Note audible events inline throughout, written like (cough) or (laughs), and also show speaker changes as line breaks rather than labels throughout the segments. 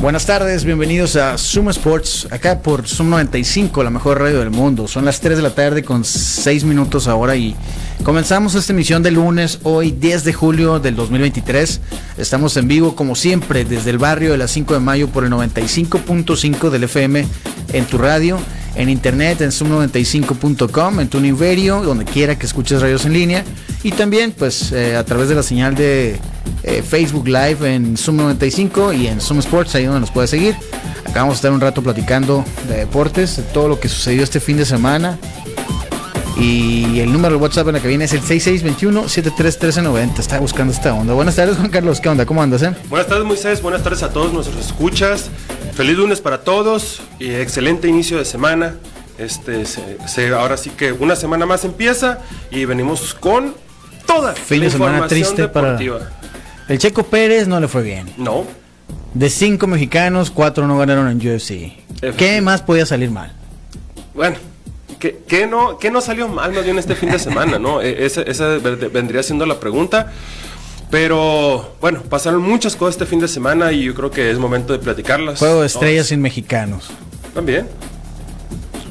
Buenas tardes, bienvenidos a Zoom Sports, acá por Zoom 95, la mejor radio del mundo. Son las 3 de la tarde con 6 minutos ahora y comenzamos esta emisión de lunes, hoy 10 de julio del 2023. Estamos en vivo como siempre desde el barrio de las 5 de mayo por el 95.5 del FM en tu radio, en internet en zoom95.com, en tu niverio, donde quiera que escuches radios en línea y también pues eh, a través de la señal de eh, Facebook Live en Zoom 95 y en Zoom Sports, ahí donde nos puedes seguir. Acá vamos a estar un rato platicando de deportes, de todo lo que sucedió este fin de semana. Y el número de WhatsApp en la que viene es el 6621-731390. Estaba buscando esta onda. Buenas tardes, Juan Carlos. ¿Qué onda? ¿Cómo andas? Eh?
Buenas tardes, Moisés. Buenas tardes a todos nuestros escuchas. Feliz lunes para todos y excelente inicio de semana. Este, se- se- ahora sí que una semana más empieza y venimos con toda
Fin
la
de semana
información
triste para-
deportiva.
El Checo Pérez no le fue bien.
No,
De cinco mexicanos, cuatro no ganaron en UFC. ¿Qué más podía salir mal?
bueno, ¿qué, qué no, qué no salió mal más bien
(laughs)
este fin de semana? no? E- Esa, esa ver- vendría siendo la pregunta. Pero bueno, pasaron muchas cosas este fin de semana y yo creo que es momento de platicarlas.
Juego de
todas.
estrellas sin mexicanos.
También.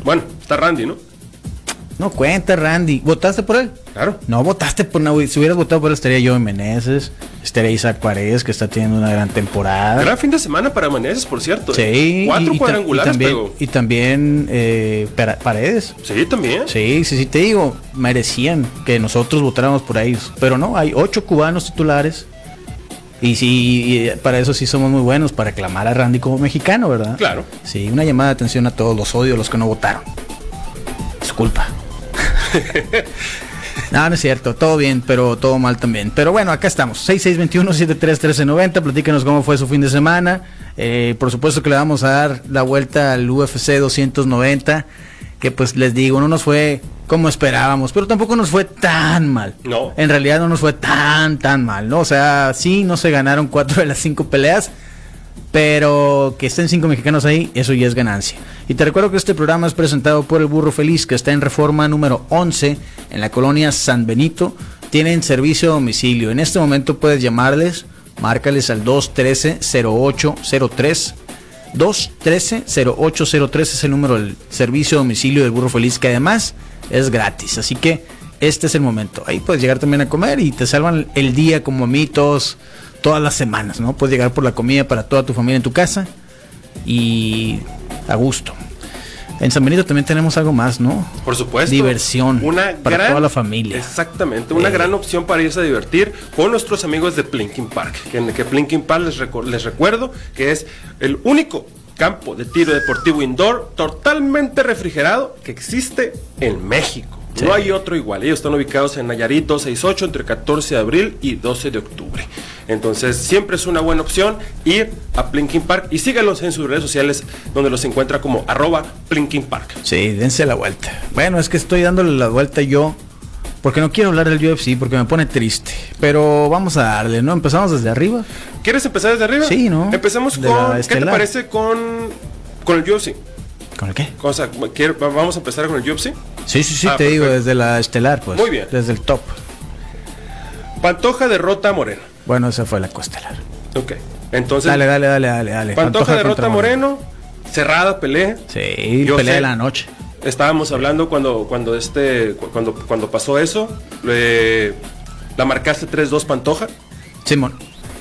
Bueno, está Randy, ¿no?
No cuenta, Randy. ¿Votaste por él?
Claro.
No votaste por Nahui. Si hubieras votado por él, estaría yo en Meneses. Estaría Isaac Paredes, que está teniendo una gran temporada.
Gran fin de semana para Maneses, por cierto.
Ah. Sí.
¿eh?
y-
Cuatro
y, ta- y
cuadrangulares
también,
pegó.
y también eh, Pera- Paredes.
Sí, también.
Sí, sí, sí, te digo, merecían que nosotros votáramos por ellos. Pero no, hay ocho cubanos titulares. Y sí, y, eh, para eso sí somos muy buenos, para aclamar a Randy como mexicano, ¿verdad?
Claro.
Sí, una llamada de atención a todos los odios, los que no votaron. Disculpa. no, no es cierto, todo bien, pero todo mal también. Pero bueno, acá estamos, 6621-731390, platícanos cómo fue su fin de semana. Eh, por supuesto que le vamos a dar la vuelta al UFC 290, que pues les digo, no nos fue como esperábamos, pero tampoco nos fue tan mal.
No.
En realidad no nos fue tan, tan mal, ¿no? O sea, sí, no se ganaron cuatro de las cinco peleas, pero que estén cinco mexicanos ahí, eso ya es ganancia. Y te recuerdo que este programa es presentado por El Burro Feliz, que está en reforma número 11 en la colonia San Benito. Tienen servicio a domicilio. En este momento puedes llamarles, márcales al 213-0803. 213-0803 es el número del servicio a domicilio del Burro Feliz, que además es gratis. Así que este es el momento. Ahí puedes llegar también a comer y te salvan el día como a mí todos, todas las semanas, ¿no? Puedes llegar por la comida para toda tu familia en tu casa y a gusto. En San Benito también tenemos algo más, ¿no?
Por supuesto.
Diversión
Una
para
gran-
toda la familia.
Exactamente. Una
Eh.
gran opción para irse a divertir con nuestros amigos de Plinking Park. Que, que Plinking Park les, recu- les recuerdo que es el único campo de tiro deportivo indoor totalmente refrigerado que existe en México.
Sí.
No hay otro igual. Ellos están ubicados en Nayarit 268 entre 14 de abril y 12 de octubre. Entonces, siempre es una buena opción ir a Plinking Park y sígalos en sus redes sociales donde los encuentra como arroba Plinking Park.
Sí, dense la vuelta. Bueno, es que estoy dándole la vuelta yo porque no quiero hablar del UFC porque me pone triste. Pero vamos a darle, ¿no? Empezamos desde arriba.
¿Quieres empezar desde arriba?
Sí, ¿no?
Empecemos
De la
con. ¿Qué te
estelar.
parece con, con el UFC?
¿Con el qué?
O sea, quiero- vamos a empezar con el UFC.
Sí, sí, sí,
Ah,
te digo,
perfecto.
desde la estelar, pues.
Muy bien.
Desde el top.
Pantoja derrota a Moreno.
Bueno, esa fue la costelar.
Ok. Entonces,
Dale, dale, dale, dale, dale.
Pantoja,
Pantoja
derrota
contra
a Moreno. Cerrada pelea.
Sí,
Yo
pelea
sé.
de la noche.
Estábamos hablando cuando, cuando, este, cu- cuando, cuando pasó eso. eh, la marcaste 3-2 Pantoja,
Simón,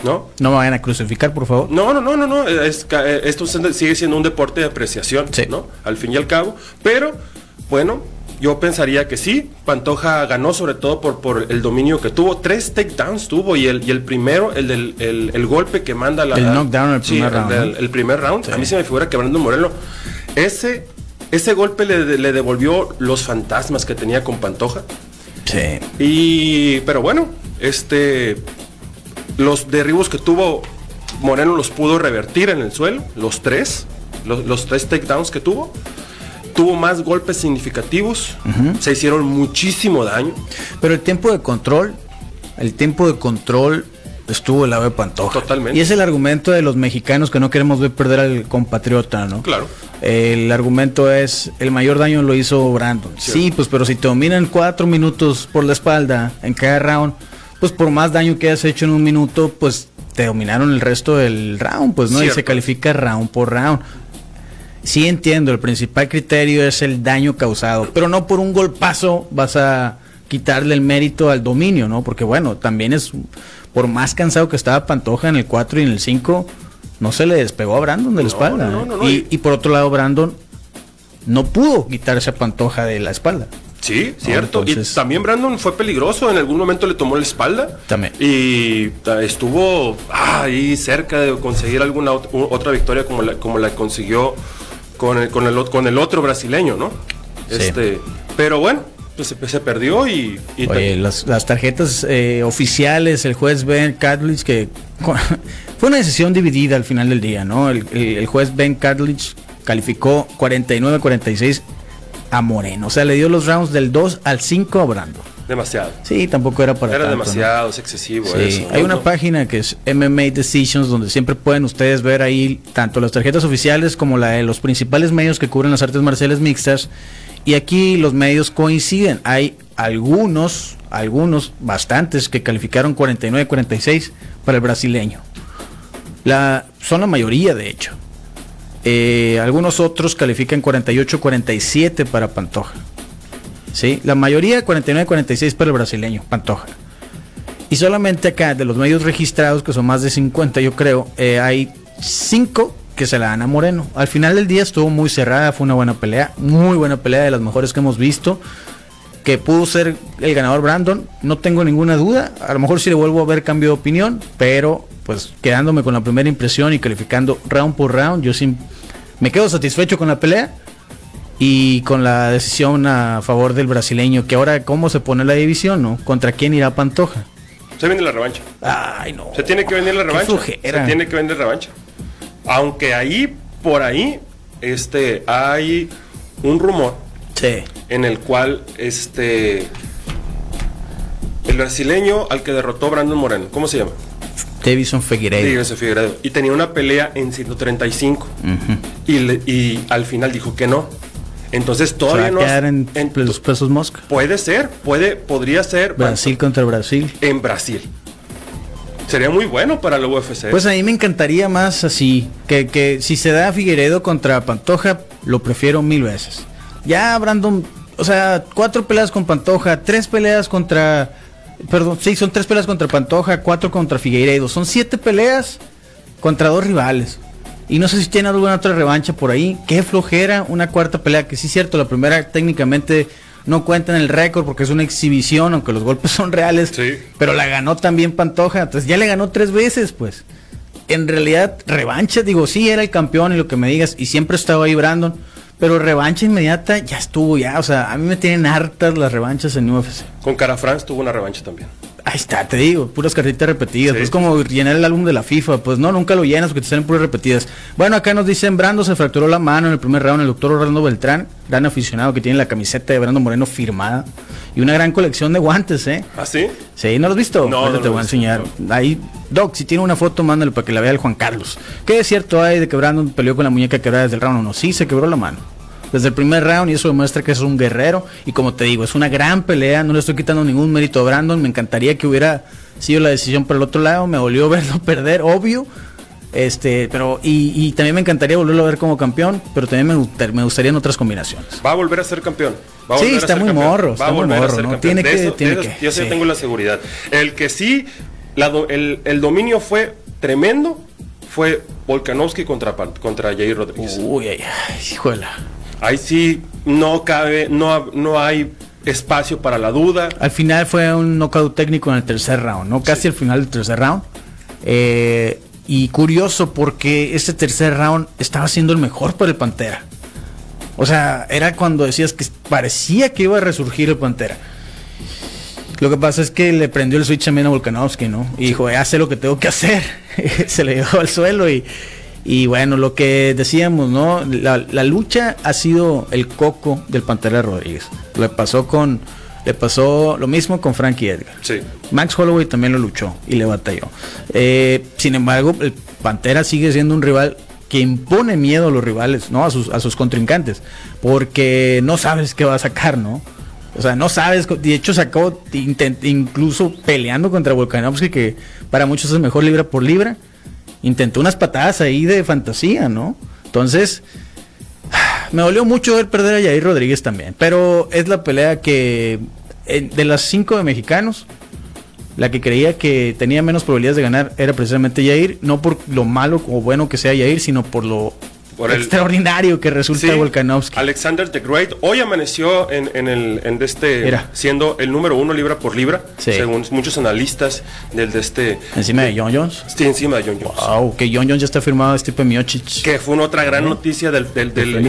¿no?
no me vayan a crucificar, por favor.
No, no, no, no, no. eh, es ca- eh, esto se- sigue siendo un deporte de apreciación,
Sí.
¿no? Al fin y al cabo. Pero, bueno, yo pensaría que sí. Pantoja ganó sobre todo por, por el dominio que tuvo. Tres takedowns tuvo y el, y el primero, el del el, el golpe que manda la.
El knockdown en el
Sí,
primer round,
del-
¿no?
el primer round. A mí se me figura que Brandon Moreno. Ese, ese golpe le, le devolvió los fantasmas que tenía con Pantoja.
Sí.
Y, pero bueno, este, los derribos que tuvo Moreno los pudo revertir en el suelo, los tres, los, los tres takedowns que tuvo. Tuvo más golpes significativos, se hicieron muchísimo daño.
Pero el tiempo de control el tiempo de control estuvo el ave Pantoja.
Totalmente.
Y es el argumento de los mexicanos que no queremos ver perder al compatriota, ¿no?
Claro.
El argumento es, el mayor daño lo hizo Brandon. Sí,
Cierto.
pues pero si te dominan cuatro minutos por la espalda en cada round, pues por más daño que hayas hecho en un minuto, pues te dominaron el resto del round, pues no, y se
Cierto.
califica round por round. Sí entiendo, el principal criterio es el daño causado, pero no por un golpazo vas a quitarle el mérito al dominio, ¿no? Porque bueno, también es, por más cansado que estaba Pantoja en el 4 y en el 5, no se le despegó a Brandon de la
No,
espalda.
no,
¿eh?
no, no,
y, y por otro lado, Brandon no pudo quitarse a Pantoja de la espalda.
Sí, cierto.
Ah, entonces-
Y también Brandon fue peligroso. En algún momento le tomó la espalda.
También.
Y ta- estuvo ah, ahí cerca de conseguir alguna ot- u- otra victoria como la, como la consiguió con el, con, el, ot- con el otro brasileño, ¿no?
Sí.
Este, pero bueno, pues se, se perdió y, y ta-
Oye, las, las tarjetas eh, oficiales, el juez Ben Catlich, que co- (laughs) fue una decisión dividida al final del día, ¿no? El, el- el juez Ben Catlich calificó 49-46 a Moreno. O sea, le dio los rounds del 2 al 5 a Brando.
demasiado.
Sí, tampoco era para
Era
tanto, ¿no?
demasiado, es excesivo
Sí,
eso.
hay
¿no?
una página que es MMA Decisions donde siempre pueden ustedes ver ahí tanto las tarjetas oficiales como la de los principales medios que cubren las artes marciales mixtas y aquí los medios coinciden. Hay algunos, algunos bastantes que calificaron 49-46 para el brasileño. La, son la mayoría de hecho. Eh, algunos otros califican 48-47 para Pantoja. Sí, la mayoría 49-46 para el brasileño, Pantoja. Y solamente acá, de los medios registrados, que son más de 50, yo creo, eh, hay 5 que se la dan a Moreno. Al final del día estuvo muy cerrada, fue una buena pelea, muy buena pelea, de las mejores que hemos visto. Que pudo ser el ganador Brandon, no tengo ninguna duda. A lo mejor si le vuelvo a ver cambio de opinión, pero pues quedándome con la primera impresión y calificando round por round, yo sí me quedo satisfecho con la pelea y con la decisión a favor del brasileño. Que ahora, ¿cómo se pone la división? ¿no? ¿Contra quién irá Pantoja?
Se viene la revancha.
Ay, no.
Se tiene que venir la
Qué
revancha.
flojera.
Se tiene que venir la revancha. Aunque ahí, por ahí, este, hay un rumor
Sí.
en el cual este el brasileño al que derrotó Brandon Moreno, ¿cómo se llama?
Davison Figueiredo.
Dígase Figueredo. Y tenía una pelea en 135 y, le- y al final dijo que no. Entonces
Se va
todavía
a
no.
quedar en,
en-
los pesos mosca.
puede ser, puede, podría ser
Brasil contra Brasil.
en Brasil. Sería muy bueno para la UFC.
Pues a mí me encantaría más así. Que, que si se da Figueiredo contra Pantoja, lo prefiero mil veces. Ya Brandon, o sea, cuatro peleas con Pantoja, tres peleas contra. Perdón, sí, son tres peleas contra Pantoja, cuatro contra Figueiredo. Son siete peleas contra dos rivales. Y no sé si tiene alguna otra revancha por ahí. Qué flojera, una cuarta pelea. Que sí, es cierto, la primera técnicamente no cuenta en el récord porque es una exhibición, aunque los golpes (laughs) son reales.
Sí.
Pero la ganó también Pantoja. Entonces ya le ganó tres veces, pues. En realidad, revancha, digo, sí, era el campeón y lo que me digas. Y siempre estaba ahí Brandon. Pero revancha inmediata ya estuvo, ya. O sea, a mí me tienen hartas las revanchas en UFC.
Con Cara France tuvo una revancha también.
Ahí está, te digo, puras cartitas repetidas.
Sí.
pues Es como llenar el álbum de la FIFA. Pues no, nunca lo llenas porque te salen puras repetidas. Bueno, acá nos dicen, Brando se fracturó la mano en el primer round. El doctor Orlando Beltrán, gran aficionado que tiene la camiseta de Brando Moreno firmada. Y una gran colección de guantes, ¿eh?
¿Ah, sí?
Sí, ¿no lo has visto?
No,
Ahorita
no lo
te
he
voy a
visto,
enseñar. Ahí, Doc, si tiene una foto, mándale para que la vea el Juan Carlos. ¿Qué es cierto hay de que Brandon peleó con la muñeca quebrada desde el round 1? Sí, se quebró la mano. Desde el primer round, y eso demuestra que es un guerrero. Y como te digo, es una gran pelea. No le estoy quitando ningún mérito a Brandon. Me encantaría que hubiera sido la decisión por el otro lado. Me volvió a (laughs) verlo perder, obvio. Este, pero, y, y también me encantaría volverlo a ver como campeón. Pero también me, gustar- me gustarían otras combinaciones.
Va a volver a ser campeón. Va a
Sí,
volver a
está
ser
muy
campeón.
morro,
Va
está
a
muy
volver a
morro,
ser
¿no?
campeón.
Tiene
De
que-
eso-
tiene
de eso
que,
Yo sí
sí.
tengo la seguridad. El que sí, la do- el, el dominio fue tremendo, fue Volkanovski contra, Pan- contra Jair Rodríguez.
Uy, ay, ay, hijuela.
Ahí sí no cabe, no, ha- no hay espacio para la duda.
Al final fue un knockout técnico en el tercer round, ¿no? Casi al final del tercer round. Eh, y curioso porque ese tercer round estaba siendo el mejor para el Pantera. O sea, era cuando decías que parecía que iba a resurgir el Pantera. Lo que pasa es que le prendió el switch también a Volkanovski, ¿no? Y dijo, "Eh, hace lo que tengo que hacer. (laughs) Se le dejó al suelo y, y bueno, lo que decíamos, ¿no? La, la lucha ha sido el coco del Pantera Rodríguez. Lo que pasó con Le pasó lo mismo con Frankie Edgar.
Sí.
Max Holloway también lo luchó y le batalló. Eh, sin embargo, el Pantera sigue siendo un rival que impone miedo a los rivales, ¿no? A sus, a sus contrincantes. Porque no sabes qué va a sacar, ¿no? O sea, no sabes. co- De hecho, sacó intent- incluso peleando contra Volkanovski, que para muchos es mejor libra por libra. Intentó unas patadas ahí de fantasía, ¿no? Entonces, (sighs) me dolió mucho ver perder a Yair Rodríguez también. Pero es la pelea que, en- de las cinco de mexicanos, la que creía que tenía menos probabilidades de ganar era precisamente Yair. No por lo malo o bueno que sea Yair, sino por lo
Por el-
extraordinario que resulta
Sí,
Volkanovski.
Alexander the Great hoy amaneció en, en el en de este
Mira.
siendo el número uno libra por libra,
Sí.
según muchos analistas del de este
Encima de John Jones.
sí, encima de John Jones.
Wow, que John Jones ya está firmado a Stipe Miocic.
Que fue una otra gran noticia del, del, del
Del fin de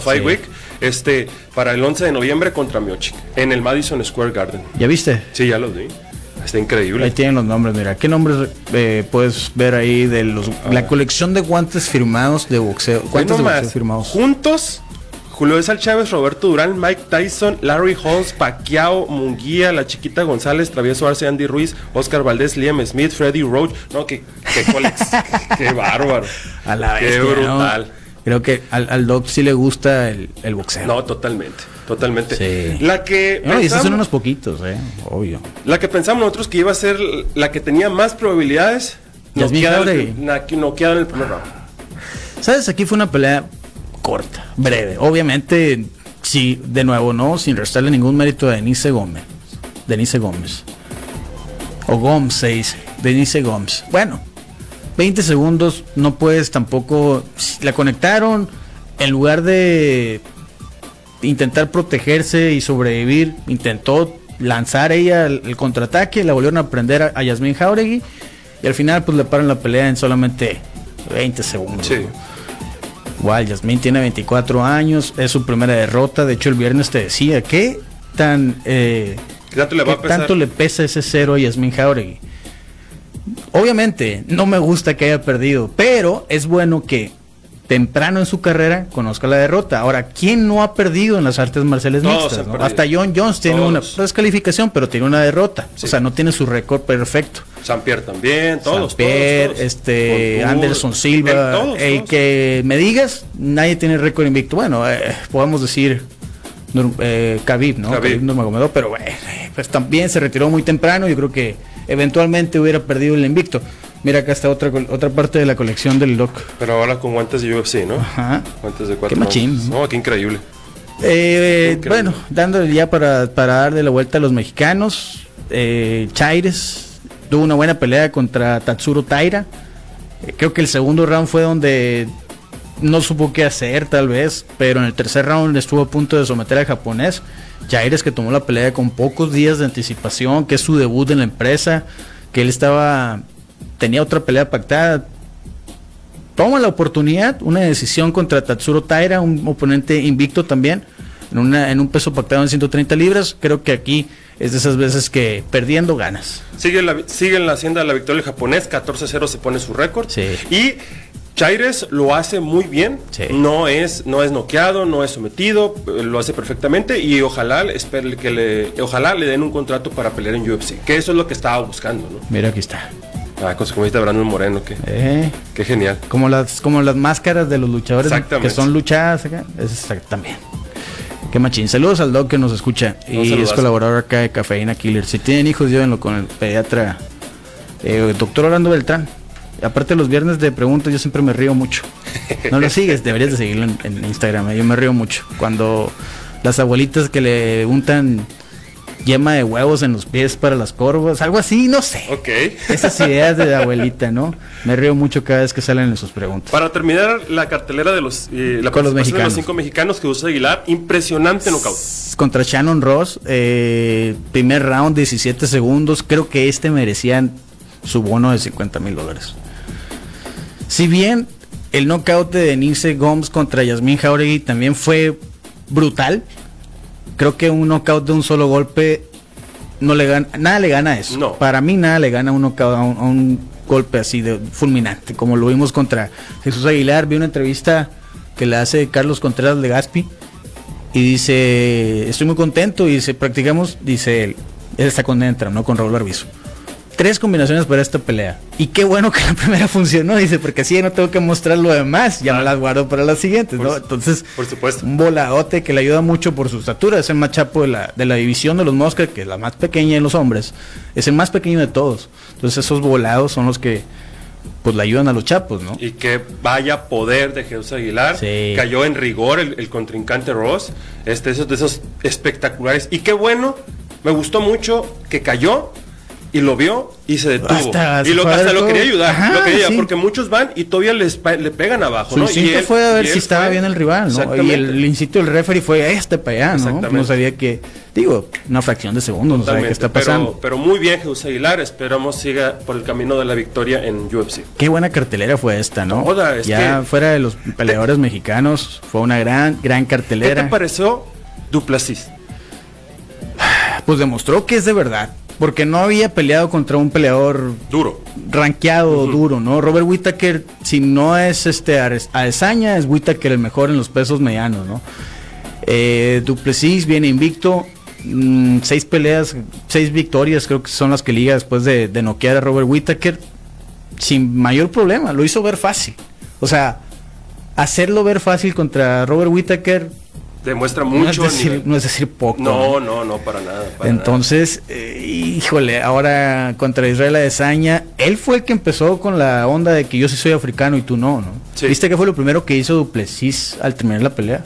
semana,
Fight Week, este, para el 11 de noviembre contra Miochik, en el Madison Square Garden.
¿Ya viste?
Sí, ya lo vi. Está increíble.
Ahí tienen los nombres, mira. ¿Qué nombres eh, puedes ver ahí de los, la colección de guantes firmados de boxeo?
Hoy
¿Cuántos de
nomás,
boxeo firmados?
Juntos, Julio César Chávez, Roberto Durán, Mike Tyson, Larry Holmes, Pacquiao, Munguía, La Chiquita González, Travieso Arce, Andy Ruiz, Oscar Valdés, Liam Smith, Freddy Roach. No, que,
(laughs)
que colex- qué bárbaro.
A la vez.
Qué brutal.
Creo que al, al Doc sí le gusta el, el boxeo.
No, totalmente, totalmente.
Sí.
La que
No, y esos son
pensamos-
unos poquitos, eh, obvio.
La que pensamos nosotros que iba a ser la que tenía más probabilidades,
Yasmín
noqueada,
Jauregui.
na- noqueada en el primer round.
¿Sabes? Aquí fue una pelea corta, breve. Obviamente, sí, de nuevo, no, sin restarle ningún mérito a Denise Gómez. Denise Gómez. O Gómez se dice. Denise Gómez. Bueno, 20 segundos, no puedes tampoco. La conectaron. En lugar de intentar protegerse y sobrevivir, intentó lanzar ella el, el contraataque, la volvieron a prender a, a Yasmín Jauregui y al final pues le paran la pelea en solamente 20 segundos.
Sí.
Igual, Yasmín tiene 24 años, es su primera derrota, de hecho el viernes te decía que tan... eh,
¿Qué tanto le va
¿Qué
a pesar?
tanto le pesa ese cero a Yasmín Jauregui? Obviamente, no me gusta que haya perdido, pero es bueno que temprano en su carrera conozca la derrota. Ahora, ¿quién no ha perdido en las artes marciales
Todos han
mixtas? no?
perdido.
Hasta John Jones tiene una
Todos.
descalificación, pero tiene una derrota.
Sí.
O sea, no tiene su récord perfecto.
San Pierre también, todos.
Sampier,
todos, todos.
este
Contur,
Anderson Silva,
el-
el,
todos, todos.
que me digas, nadie tiene récord invicto. Bueno, eh, podemos decir Nur- eh, Khabib, ¿no?
Khabib.
Khabib Nurmagomedov, pero bueno, eh, pues también se retiró muy temprano. Yo creo que eventualmente hubiera perdido el invicto. Mira, acá está otra col- otra parte de la colección del Doc.
Pero ahora con guantes de UFC, ¿no?
Ajá.
Guantes de cuatro.
Qué machín,
onzas. No, qué increíble.
Eh,
Increíble.
bueno, dándole ya para, para darle la vuelta a los mexicanos, eh, Chaires tuvo una buena pelea contra Tatsuro Taira. Eh, creo que el segundo round fue donde no supo qué hacer, tal vez, pero en el tercer round estuvo a punto de someter al japonés. Chaires que tomó la pelea con pocos días de anticipación, que es su debut en la empresa, que él estaba. tenía otra pelea pactada, toma la oportunidad, una decisión contra Tatsuro Taira, un oponente invicto también, en, una, en un peso pactado en 130 libras. Creo que aquí es de esas veces que perdiendo ganas.
Sigue, la, sigue en la hacienda de la victoria el japonés, 14-0 se pone su récord.
Sí.
Y Chaires lo hace muy bien.
Sí.
No, es, no es noqueado, no es sometido, eh, lo hace perfectamente y ojalá, espere que le, ojalá le den un contrato para pelear en UFC, que eso es lo que estaba buscando, ¿no?
Mira, aquí está.
Ah, cosa como dice Brandon Moreno, que,
Eh,
que genial.
como, las, como las máscaras de los luchadores
Exactamente.
que son luchadas acá. Es exact- también. Qué machín. Saludos al Doc que nos escucha
Un
y es
saludazo.
colaborador acá de Cafeína Killer. Si tienen hijos, llévenlo con el pediatra, eh, el doctor Orlando Beltrán. Aparte los viernes de preguntas yo siempre me río mucho. No lo sigues, deberías de seguirlo en, en Instagram. eh, Yo me río mucho. Cuando las abuelitas que le untan yema de huevos en los pies para las corvas, algo así, no sé.
Ok.
Esas ideas de la abuelita, ¿no? Me río mucho cada vez que salen en sus preguntas.
(laughs) Para terminar la cartelera de los, eh, la
Con los
participación de
mexicanos.
los cinco mexicanos que usa Aguilar, impresionante nocaut.
Contra Shannon Ross, eh, primer round, 17 segundos. Creo que este merecían su bono de 50 mil dólares. Si bien el knockout de Denise Gomes contra Yasmín Jauregui también fue brutal, creo que un knockout de un solo golpe no le gana, nada le gana a eso.
No.
Para mí nada le gana a un knockout, a un, a un golpe así de fulminante, como lo vimos contra Jesús Aguilar. Vi una entrevista que le hace Carlos Contreras Legaspi y dice, estoy muy contento, y dice, practicamos, dice él, él está con Entram, no con Raúl Arbizu. Tres combinaciones para esta pelea. Y qué bueno que la (laughs) primera funcionó, dice, porque así ya no tengo que mostrar lo demás, ya no las guardo para las siguientes,
Por
¿no?
su-
Entonces,
por supuesto.
un voladote que le ayuda mucho por su estatura, es el más chapo de la, de la división de los Mosca, que es la más pequeña de los hombres, es el más pequeño de todos. Entonces, esos volados son los que, pues, le ayudan a los chapos, ¿no?
Y que vaya poder de Jesús Aguilar.
Sí.
Cayó en rigor el, el contrincante Ross. Este, esos, de esos espectaculares. Y qué bueno. Me gustó mucho que cayó y lo vio y se detuvo.
Hasta
y lo,
fue a
hasta
ver
lo
todo.
quería ayudar.
Ajá,
lo quería,
sí.
Porque muchos van y todavía les pa- le pegan abajo.
Su
¿no?
instinto
y él-
fue a ver
y
si
él
estaba
fue-
bien el rival, ¿no? Y
Exactamente.
el, el instinto del referee fue este para allá, ¿no?
Exactamente.
No sabía que, digo, una fracción de segundo, no sabía qué está
Totalmente,
pasando.
Pero, pero muy bien, Jesús Aguilar. Esperamos siga por el camino de la victoria en UFC.
Qué buena cartelera fue esta, ¿no?
Toda, es
ya
que-
fuera de los peleadores mexicanos, fue una gran, gran
¿Qué te
cartelera.
pareció Duplassis?
Pues demostró que es de verdad, porque no había peleado contra un peleador
Duro.
rankeado duro, ¿no? Robert Whittaker, si no es este Ares- Adesanya, es Whittaker el mejor en los pesos medianos, ¿no? Eh, Duplessis viene invicto, mm, seis peleas, seis victorias creo que son las que liga después de, de noquear a Robert Whittaker sin mayor problema, lo hizo ver fácil. O sea, hacerlo ver fácil contra Robert Whittaker
Demuestra
no es
mucho.
decir,
nivel.
no es decir poco.
No, no, no, para nada. para
Entonces, eh, híjole, ahora contra Israel Adesanya, él fue el que empezó con la onda de que yo sí soy africano y tú no, ¿no?
Sí.
¿Viste que fue lo primero que hizo Duplessis al terminar la pelea?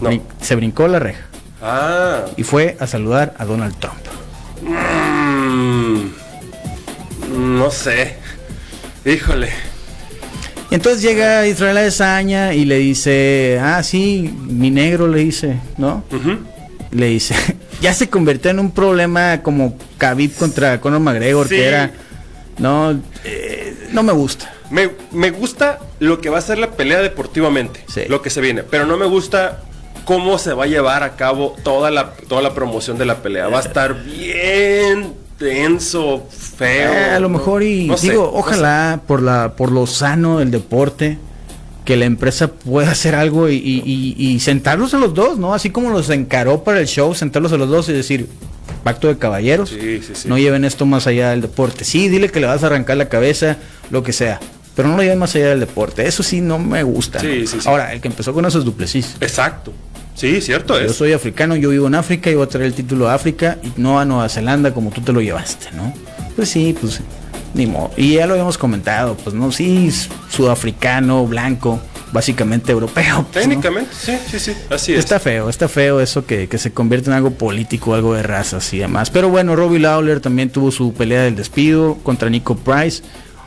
No.
Brin- Se brincó la reja
nada.
y fue a saludar a Donald Trump.
Ah. mm, no sé. Híjole.
Y entonces llega Israel Adesanya y le dice, ah, sí, mi negro le dice, ¿no?
Ujú.
Le dice, (laughs) ya se convirtió en un problema como Khabib contra Conor McGregor,
Sí.
que era, no, eh, no me gusta.
Me, me gusta lo que va a ser la pelea deportivamente,
Sí.
lo que se viene, pero no me gusta cómo se va a llevar a cabo toda la, toda la promoción de la pelea. Va a estar bien tenso, feo.
Eh, a lo
¿no?
mejor y
No sé,
digo,
no sé.
ojalá por la por lo sano del deporte que la empresa pueda hacer algo y, y- y- y sentarlos a los dos, ¿no? Así como los encaró para el show, sentarlos a los dos y decir, pacto de caballeros,
Sí, sí, sí.
no lleven esto más allá del deporte. Sí, dile que le vas a arrancar la cabeza, lo que sea, pero no lo lleven más allá del deporte. Eso sí no me gusta.
Sí,
¿no?
sí, sí.
Ahora, el que empezó con eso es Duplessis.
Exacto. Sí, cierto
Yo
es.
soy africano, yo vivo en África y voy a traer el título a África y no a Nueva Zelanda como tú te lo llevaste, ¿no? Pues sí, pues ni modo. Y ya lo habíamos comentado, pues no, sí, s- sudafricano, blanco, básicamente europeo. pues, ¿no?
Técnicamente, sí, sí, sí. Así es.
Está feo, está feo eso que, que se convierte en algo político, algo de razas y demás. Pero bueno, Robbie Lawler también tuvo su pelea del despido contra Nico Price.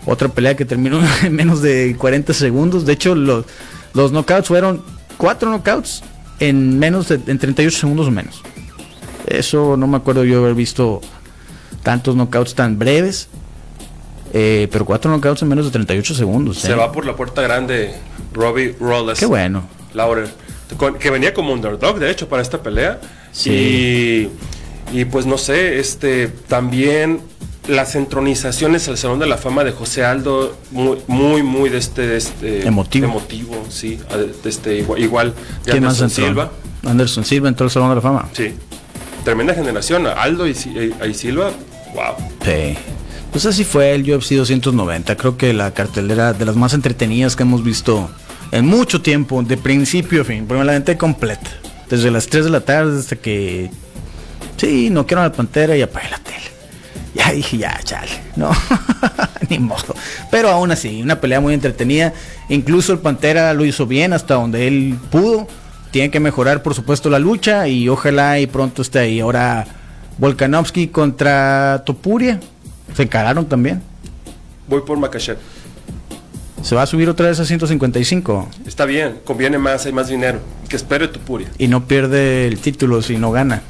Otra pelea que terminó (laughs) en menos de 40 segundos. De hecho, los, los knockouts fueron cuatro knockouts en menos de en 38 segundos o menos. Eso no me acuerdo yo haber visto tantos knockouts tan breves. Eh, pero cuatro knockouts en menos de 38 segundos.
Se
¿eh?
va pues, por la puerta grande Robbie Rollas.
Qué bueno.
Laurel, con- que venía como underdog, de hecho, para esta pelea.
Sí.
Y, y, pues no sé, este también las entronizaciones al Salón de la Fama de José Aldo, muy, muy, muy de este... de este-
Emotivo.
Emotivo, sí. a- de este, igual, igual de
¿Quién más
Anderson
entró?
Silva.
Anderson Silva entró al Salón de la Fama.
Sí. Tremenda generación, Aldo y, Si- y- y Silva, wow.
Sí. Pues así fue el UFC 290. Creo que la cartelera de las más entretenidas que hemos visto en mucho tiempo, de principio a fin, probablemente completa. Desde las 3 de la tarde hasta que. Sí, no quiero la pantera y apagué la tele. Ya dije, ya, chale. No, (laughs) ni modo. Pero aún así, una pelea muy entretenida. Incluso el Pantera lo hizo bien hasta donde él pudo. Tiene que mejorar, por supuesto, la lucha y ojalá y pronto esté ahí. Ahora, Volkanovski contra Topuria. Se encararon también.
Voy por Makachev.
Se va a subir otra vez a 155
Está bien, conviene más, hay más dinero. Que espere tu puria.
y no pierde el título si no gana.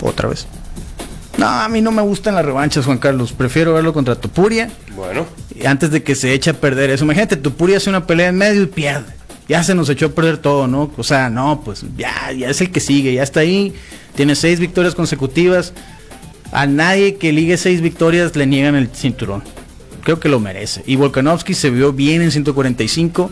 Otra vez. No, a mí no me gustan las revanchas, Juan Carlos. Prefiero verlo contra Topuria.
Bueno,
Y antes de que se eche a perder eso. Imagínate, Tupuri hace una pelea en medio y pierde. Ya se nos echó a perder todo, ¿no? O sea, no, pues ya, ya es el que sigue, ya está ahí. Tiene seis victorias consecutivas. A nadie que ligue seis victorias le niegan el cinturón. Creo que lo merece. Y Volkanovski se vio bien en 145.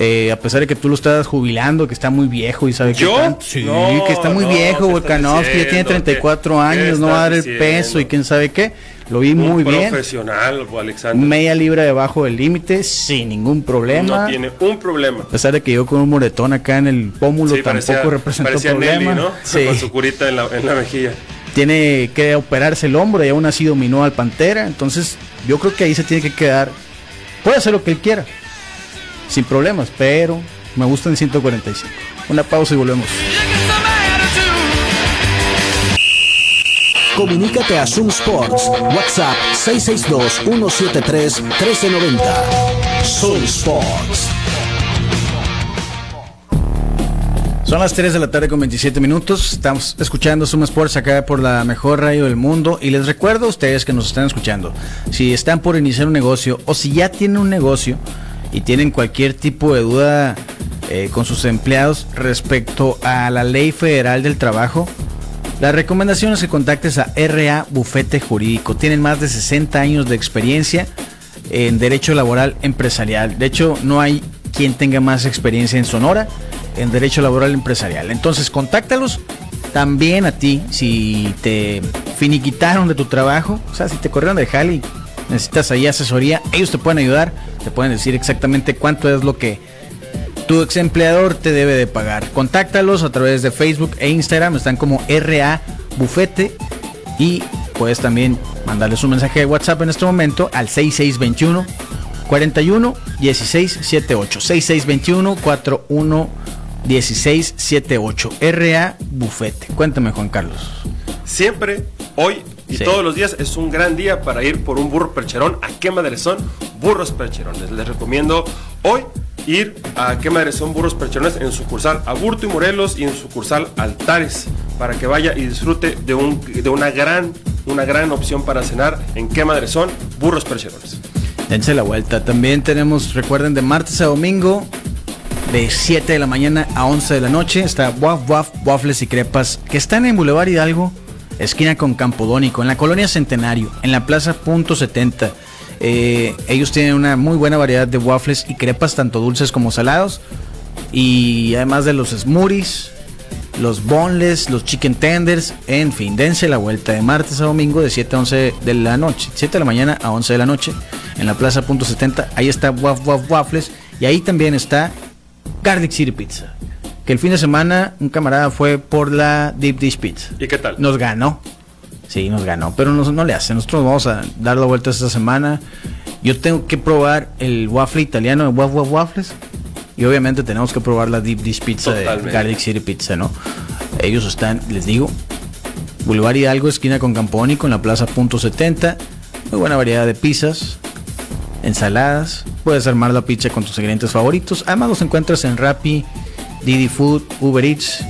eh, a pesar de que tú lo estás jubilando, que está muy viejo y sabe que
¿Yo?
tanto- sí,
No,
que está muy
no,
viejo,
¿qué
Volkanovski,
estás
ya tiene
diciendo?
34
¿Qué- qué
años, no va a dar el
estás
peso
diciendo?
y quién sabe qué. Lo vi
Un
muy bien.
profesional, Alexander.
Media libra debajo del límite, sin ningún problema.
No tiene un problema.
A pesar de que yo con un moretón acá en el pómulo
Sí,
tampoco
parecía,
representó
parecía
problema. (laughs)
Nelly, ¿no?
Sí.
Con su curita en la, en la mejilla.
Tiene que operarse el hombro y aún así dominó al Pantera. Entonces, yo creo que ahí se tiene que quedar. Puede hacer lo que él quiera. Sin problemas, pero me gustan 145. Una pausa y volvemos.
Comunícate a Zoom Sports. WhatsApp 662-173-1390. Zoom Sports.
Son las 3 de la tarde con 27 minutos. Estamos escuchando Suma Sports acá por la mejor radio del mundo. Y les recuerdo a ustedes que nos están escuchando. Si están por iniciar un negocio o si ya tienen un negocio y tienen cualquier tipo de duda eh, con sus empleados respecto a la ley federal del trabajo, la recomendación es que contactes a RA Bufete Jurídico. Tienen más de 60 años de experiencia en derecho laboral empresarial. De hecho, no hay quien tenga más experiencia en Sonora en derecho laboral empresarial. Entonces, contáctalos también a ti si te finiquitaron de tu trabajo, o sea, si te corrieron de Jali, necesitas ahí asesoría, ellos te pueden ayudar, te pueden decir exactamente cuánto es lo que tu ex empleador te debe de pagar. Contáctalos a través de Facebook e Instagram, están como RA Bufete y puedes también mandarles un mensaje de WhatsApp en este momento al 6621 41 1678 6621 41 1678 RA Bufete. Cuéntame Juan Carlos.
Siempre, hoy y
Sí.
todos los días es un gran día para ir por un burro percherón. ¿A qué madre son? Burros percherones. Les recomiendo hoy ir a qué madre son burros percherones en sucursal Aburto y Morelos y en sucursal Altares para que vaya y disfrute de, un, de una, gran, una gran opción para cenar en qué madre son burros percherones.
Dense la vuelta. También tenemos, recuerden, de martes a domingo, de 7 de la mañana a 11 de la noche, está Waf Waf Waffles y Crepas, que están en Boulevard Hidalgo, esquina con Campodónico, en la colonia Centenario, en la plaza Punto 70. Eh, ellos tienen una muy buena variedad de waffles y crepas, tanto dulces como salados. Y además de los smoothies, los boneless, los chicken tenders, en fin, dense la vuelta de martes a domingo de 7 a 11 de la noche, 7 de la mañana a 11 de la noche, en la plaza punto 70, ahí está Waf Waf Waffles y ahí también está Garlic City Pizza, que el fin de semana un camarada fue por la Deep Dish Pizza.
¿Y qué tal?
Nos ganó. Sí, nos ganó, pero nos- no le hace. Nosotros vamos a dar la vuelta esta semana. Yo tengo que probar el waffle italiano de Waf Waf Waffles. Y obviamente tenemos que probar la Deep Dish Pizza de
Totalmente.
Garlic City Pizza, ¿no? Ellos están, les digo, Boulevard Hidalgo, esquina con Campónico, en la plaza Punto 70. Muy buena variedad de pizzas, ensaladas. Puedes armar la pizza con tus ingredientes favoritos. Además los encuentras en Rappi, Didi Food, Uber Eats,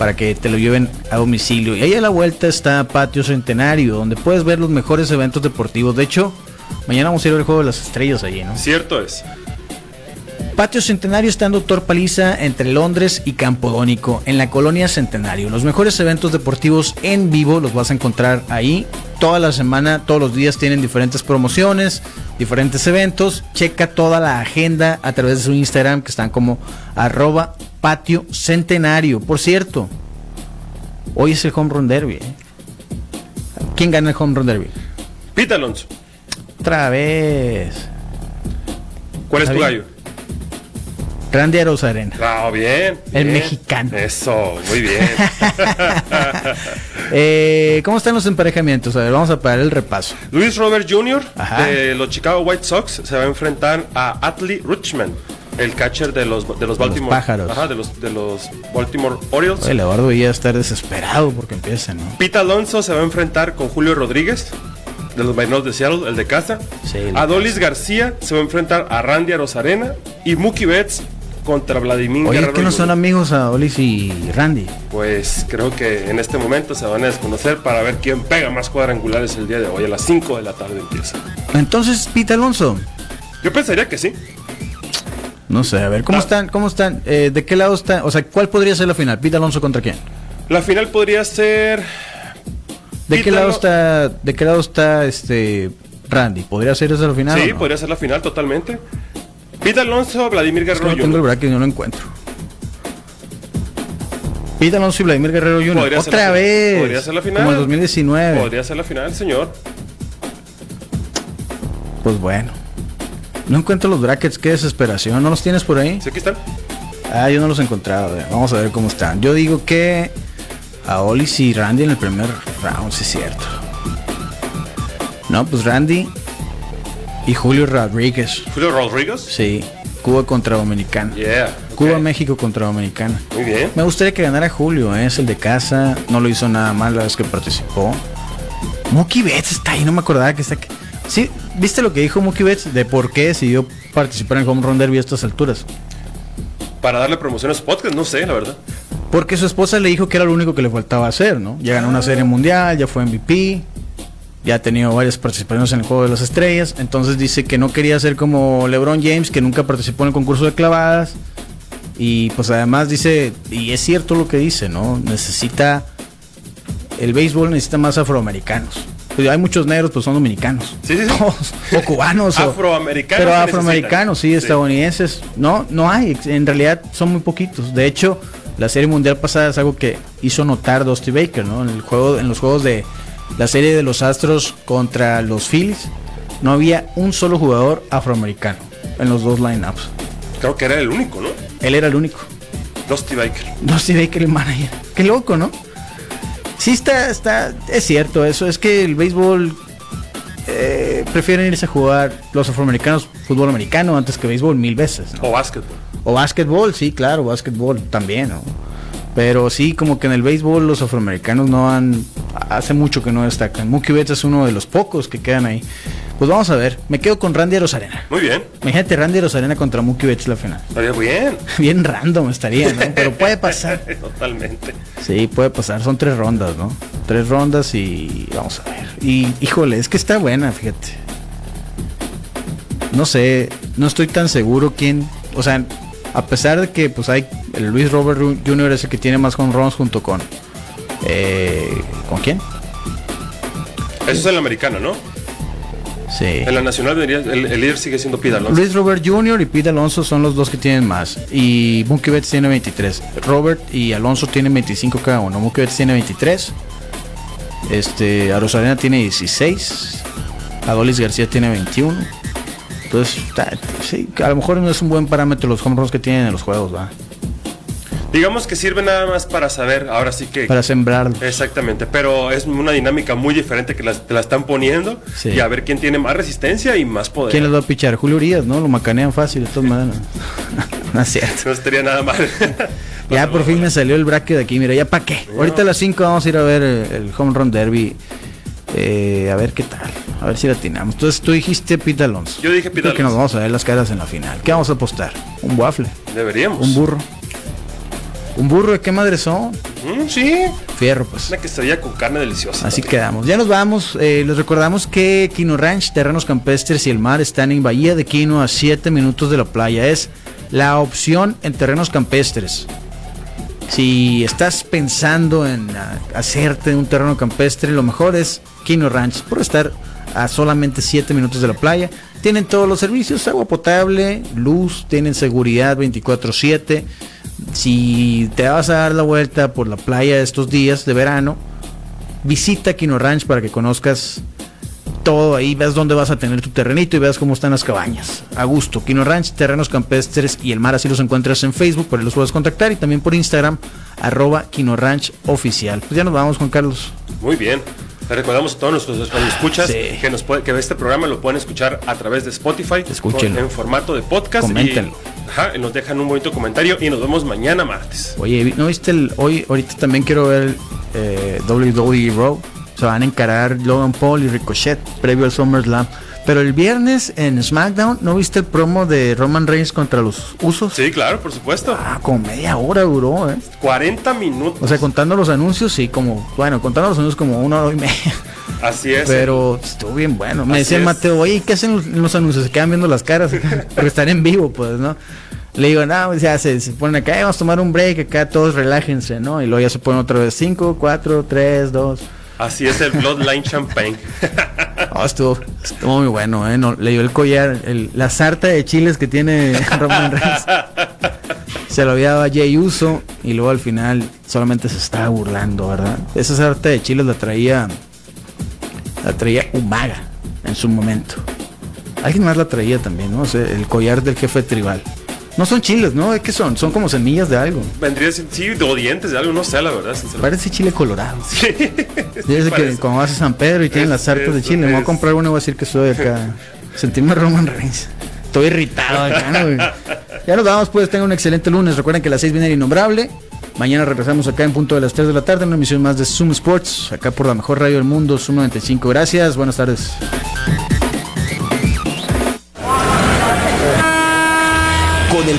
para que te lo lleven a domicilio. Y ahí a la vuelta está Patio Centenario, donde puedes ver los mejores eventos deportivos. De hecho, mañana vamos a ir al Juego de las Estrellas allí, ¿no?
Cierto es.
Patio Centenario está en Doctor Paliza entre Londres y Campodónico, en la colonia Centenario. Los mejores eventos deportivos en vivo los vas a encontrar ahí. Toda la semana, todos los días tienen diferentes promociones, diferentes eventos. Checa toda la agenda a través de su Instagram que están como arroba patio centenario. Por cierto, hoy es el home run derby. ¿eh? ¿Quién gana el home run derby?
Pita Alonso,
Otra vez.
¿cuál es
Está
tu
bien.
gallo?
Randy Arozarena.
Ah, bien.
El
bien.
mexicano.
Eso, muy bien.
(laughs) Eh, ¿Cómo están los emparejamientos? A ver, vamos a parar el repaso.
Luis Robert Jr.
Ajá.
de los Chicago White Sox se va a enfrentar a Atlee Richmond, el catcher de los de los Baltimore
pájaros.
Ajá, de los de los Baltimore Orioles.
El Eduardo ya a estar desesperado porque empieza, ¿no?
Pete Alonso se va a enfrentar con Julio Rodríguez de los Marineros de Seattle, el de casa.
Sí, el de
Adolis García se va a enfrentar a Randy Arozarena y Mookie Betts contra Vladimir
Oye,
Guerrero
que no
Jr..
son amigos a Olis y Randy.
Pues creo que en este momento se van a desconocer para ver quién pega más cuadrangulares el día de hoy. A las 5 de la tarde empieza.
Entonces, Pete Alonso.
Yo pensaría que sí.
No sé, a ver, ¿cómo
Ah.
están? ¿Cómo están? Eh, ¿De qué lado está? O sea, ¿cuál podría ser la final? ¿Pete Alonso contra quién?
La final podría ser.
¿De
Pete
qué lado
Alon-
está? ¿De qué lado está este Randy? ¿Podría ser esa la final?
Sí,
o no?
podría ser la final totalmente. Pete Alonso, Vladimir
Es que no
Guerrero
tengo el
Jr.
bracket y no lo encuentro. Pete Alonso y Vladimir Guerrero Jr.
Podría ser
Otra
la-
vez.
podría ser la final.
Como el 2019.
Podría ser la final, señor.
Pues bueno. No encuentro los brackets, qué desesperación. ¿No los tienes por ahí?
Sí, aquí están.
Ah, yo no los he encontrado. a ver, Vamos a ver cómo están. Yo digo que a Olis y Randy en el primer round, sí es cierto. No, pues Randy y Julio Rodríguez.
Julio Rodríguez.
Sí, Cuba contra Dominicana.
Yeah.
Cuba,
ok.
México contra Dominicana.
Muy bien.
Me gustaría que ganara Julio, ¿eh? es el de casa, no lo hizo nada mal la vez que participó. Mookie Betts está ahí, no me acordaba que está aquí. Sí, ¿viste lo que dijo Mookie Betts de por qué decidió participar en el Home Run Derby a estas alturas?
Para darle promoción a su podcast, no sé, la verdad.
Porque su esposa le dijo que era lo único que le faltaba hacer, ¿no? Ya ganó una serie mundial, ya fue MVP, ya ha tenido varias participaciones en el Juego de las Estrellas, entonces dice que no quería ser como LeBron James, que nunca participó en el concurso de clavadas, y pues además dice, y es cierto lo que dice, ¿no? Necesita, el béisbol necesita más afroamericanos. Pues hay muchos negros, pues son dominicanos.
Sí, sí, sí.
Todos, pues, o cubanos. o-
Afroamericanos
Pero
se
afroamericanos, sí,
necesitan. Sí.
estadounidenses estadounidenses, no, no hay. En realidad son muy poquitos. De hecho, la serie mundial pasada es algo que hizo notar Dusty Baker, ¿no? En el juego, en los juegos de la serie de los Astros contra los Phillies, no había un solo jugador afroamericano en los dos lineups.
Creo que era el único, ¿no?
Él era el único.
Dusty Baker.
Dusty Baker el manager. Qué loco, ¿no? Sí está, está, es cierto eso. Es que el béisbol eh, prefieren irse a jugar los afroamericanos fútbol americano antes que béisbol mil veces, ¿no?
O básquetbol.
O básquetbol, sí, claro, básquetbol también, ¿no? Pero sí, como que en el béisbol los afroamericanos no han... Hace mucho que no destacan. Mookie Betts es uno de los pocos que quedan ahí. Pues vamos a ver, me quedo con Randy Rosarena.
Muy bien.
Imagínate Randy Rosarena contra Mookie Betts la final. (laughs)
Estaría bien. (laughs)
Bien random estaría, ¿no? Pero puede pasar.
Totalmente.
Sí, puede pasar. Son tres rondas, ¿no? Tres rondas y vamos a ver. Y híjole, es que está buena, fíjate. No sé, no estoy tan seguro quién. O sea, a pesar de que pues hay el Luis Robert Ru- Jr. es el que tiene más home runs junto con. eh, ¿Con quién?
Eso es en la americana, ¿no?
Sí.
En la nacional vendría- el, el líder sigue siendo Pete Alonso.
Luis Robert Jr. y Pete Alonso son los dos que tienen más. Y Mookie Betts tiene 23. Robert y Alonso tienen 25 cada uno. Mookie Betts tiene 23. Este, Arozarena tiene 16. Adolis García tiene 21. Entonces, está- sí, a lo mejor no es un buen parámetro los home runs que tienen en los juegos, ¿va?
Digamos que sirve nada más para saber, ahora sí que...
Para sembrarlo.
Exactamente, pero es una dinámica muy diferente que las- te la están poniendo
Sí.
y a ver quién tiene más resistencia y más poder.
¿Quién les va a pichar? Julio Urias, ¿no? Lo macanean fácil de todas maneras. (laughs) no es cierto.
(laughs) No estaría nada mal.
(laughs) Ya por fin me salió el bracket de aquí, mira, ya para qué. Ahorita a las 5 vamos a ir a ver el, el Home Run Derby. Eh, a ver qué tal, a ver si la atinamos. Entonces tú dijiste Pete Alonso.
Yo dije Pete
Creo que nos
Alonso.
vamos a ver las caras en la final. ¿Qué vamos a apostar? Un waffle,
Deberíamos.
un burro. ¿Un burro de qué madre son?
Mm, sí,
Fierro, pues.
una quesadilla con carne deliciosa.
Así quedamos. Ya nos vamos. Eh, les recordamos que Quino Ranch, Terrenos Campestres y el Mar están en Bahía de Quino a 7 minutos de la playa. Es la opción en terrenos campestres. Si estás pensando en ah, hacerte un terreno campestre, lo mejor es Quino Ranch, por estar a solamente 7 minutos de la playa. Tienen todos los servicios, agua potable, luz, tienen seguridad 24/7. Si te vas a dar la vuelta por la playa estos días de verano, visita Quino Ranch para que conozcas todo ahí, veas dónde vas a tener tu terrenito y veas cómo están las cabañas. A gusto, Quino Ranch, Terrenos Campestres y el Mar, así los encuentras en Facebook, por ahí los puedes contactar y también por Instagram, arroba Quino Ranch Oficial. Pues ya nos vamos, Juan Carlos.
Muy bien. Le recordamos a todos nuestros cuando escuchas
Sí.
que nos puede- que este programa lo pueden escuchar a través de Spotify
Escúchenlo.
con- en formato de podcast.
Coméntenlo.
Y, ajá, y nos dejan un bonito comentario y nos vemos mañana martes.
Oye, vi- ¿no viste el, hoy, ahorita también quiero ver el eh, WWE Raw? Se van a encarar Logan Paul y Ricochet previo al SummerSlam. Pero el viernes en SmackDown, ¿no viste el promo de Roman Reigns contra los Usos?
Sí, claro, por supuesto.
Ah, como media hora duró, ¿eh?
40 minutos.
O sea, contando los anuncios, sí, como, bueno, contando los anuncios como una hora y media.
Así es.
Pero estuvo bien bueno. Me
Así
decía
es.
Mateo, oye, ¿y ¿qué hacen los, los anuncios? Se quedan viendo las caras, (laughs) porque están en vivo, pues, ¿no? Le digo, no, o sea, se, se ponen acá, "Eh, vamos a tomar un break, acá todos relájense, ¿no? Y luego ya se ponen otra vez, 5, 4, 3, 2.
Así es el Bloodline Champagne.
(laughs) Ah, estuvo, estuvo muy bueno, ¿eh? No, le dio el collar, el- la sarta de chiles que tiene (laughs) Roman Reigns. Se lo había dado a Jay Uso y luego al final solamente se estaba burlando, ¿verdad? Esa sarta de chiles la traía. La traía Umaga en su momento. Alguien más la traía también, ¿no? O sea, el collar del jefe tribal. No son chiles, ¿no? ¿Qué son? Son como semillas de algo.
Vendría siendo, sí, o dientes de algo, no sé, la verdad, sinceramente.
Parece chile colorado.
(laughs) Sí,
Dice que
parece.
cuando vas a San Pedro y tienen
Es-
las sartas de
es-
chile, me voy a
es-
comprar una y voy a decir que soy acá. Sentirme Roman Reigns. Estoy irritado acá, ¿no, güey? Ya nos vamos, pues tengan un excelente lunes. Recuerden que a las 6 viene el innombrable. Mañana regresamos acá en punto de las 3 de la tarde en una emisión más de Zoom Sports, acá por la mejor radio del mundo, Zoom 95. Gracias, buenas tardes.
Con el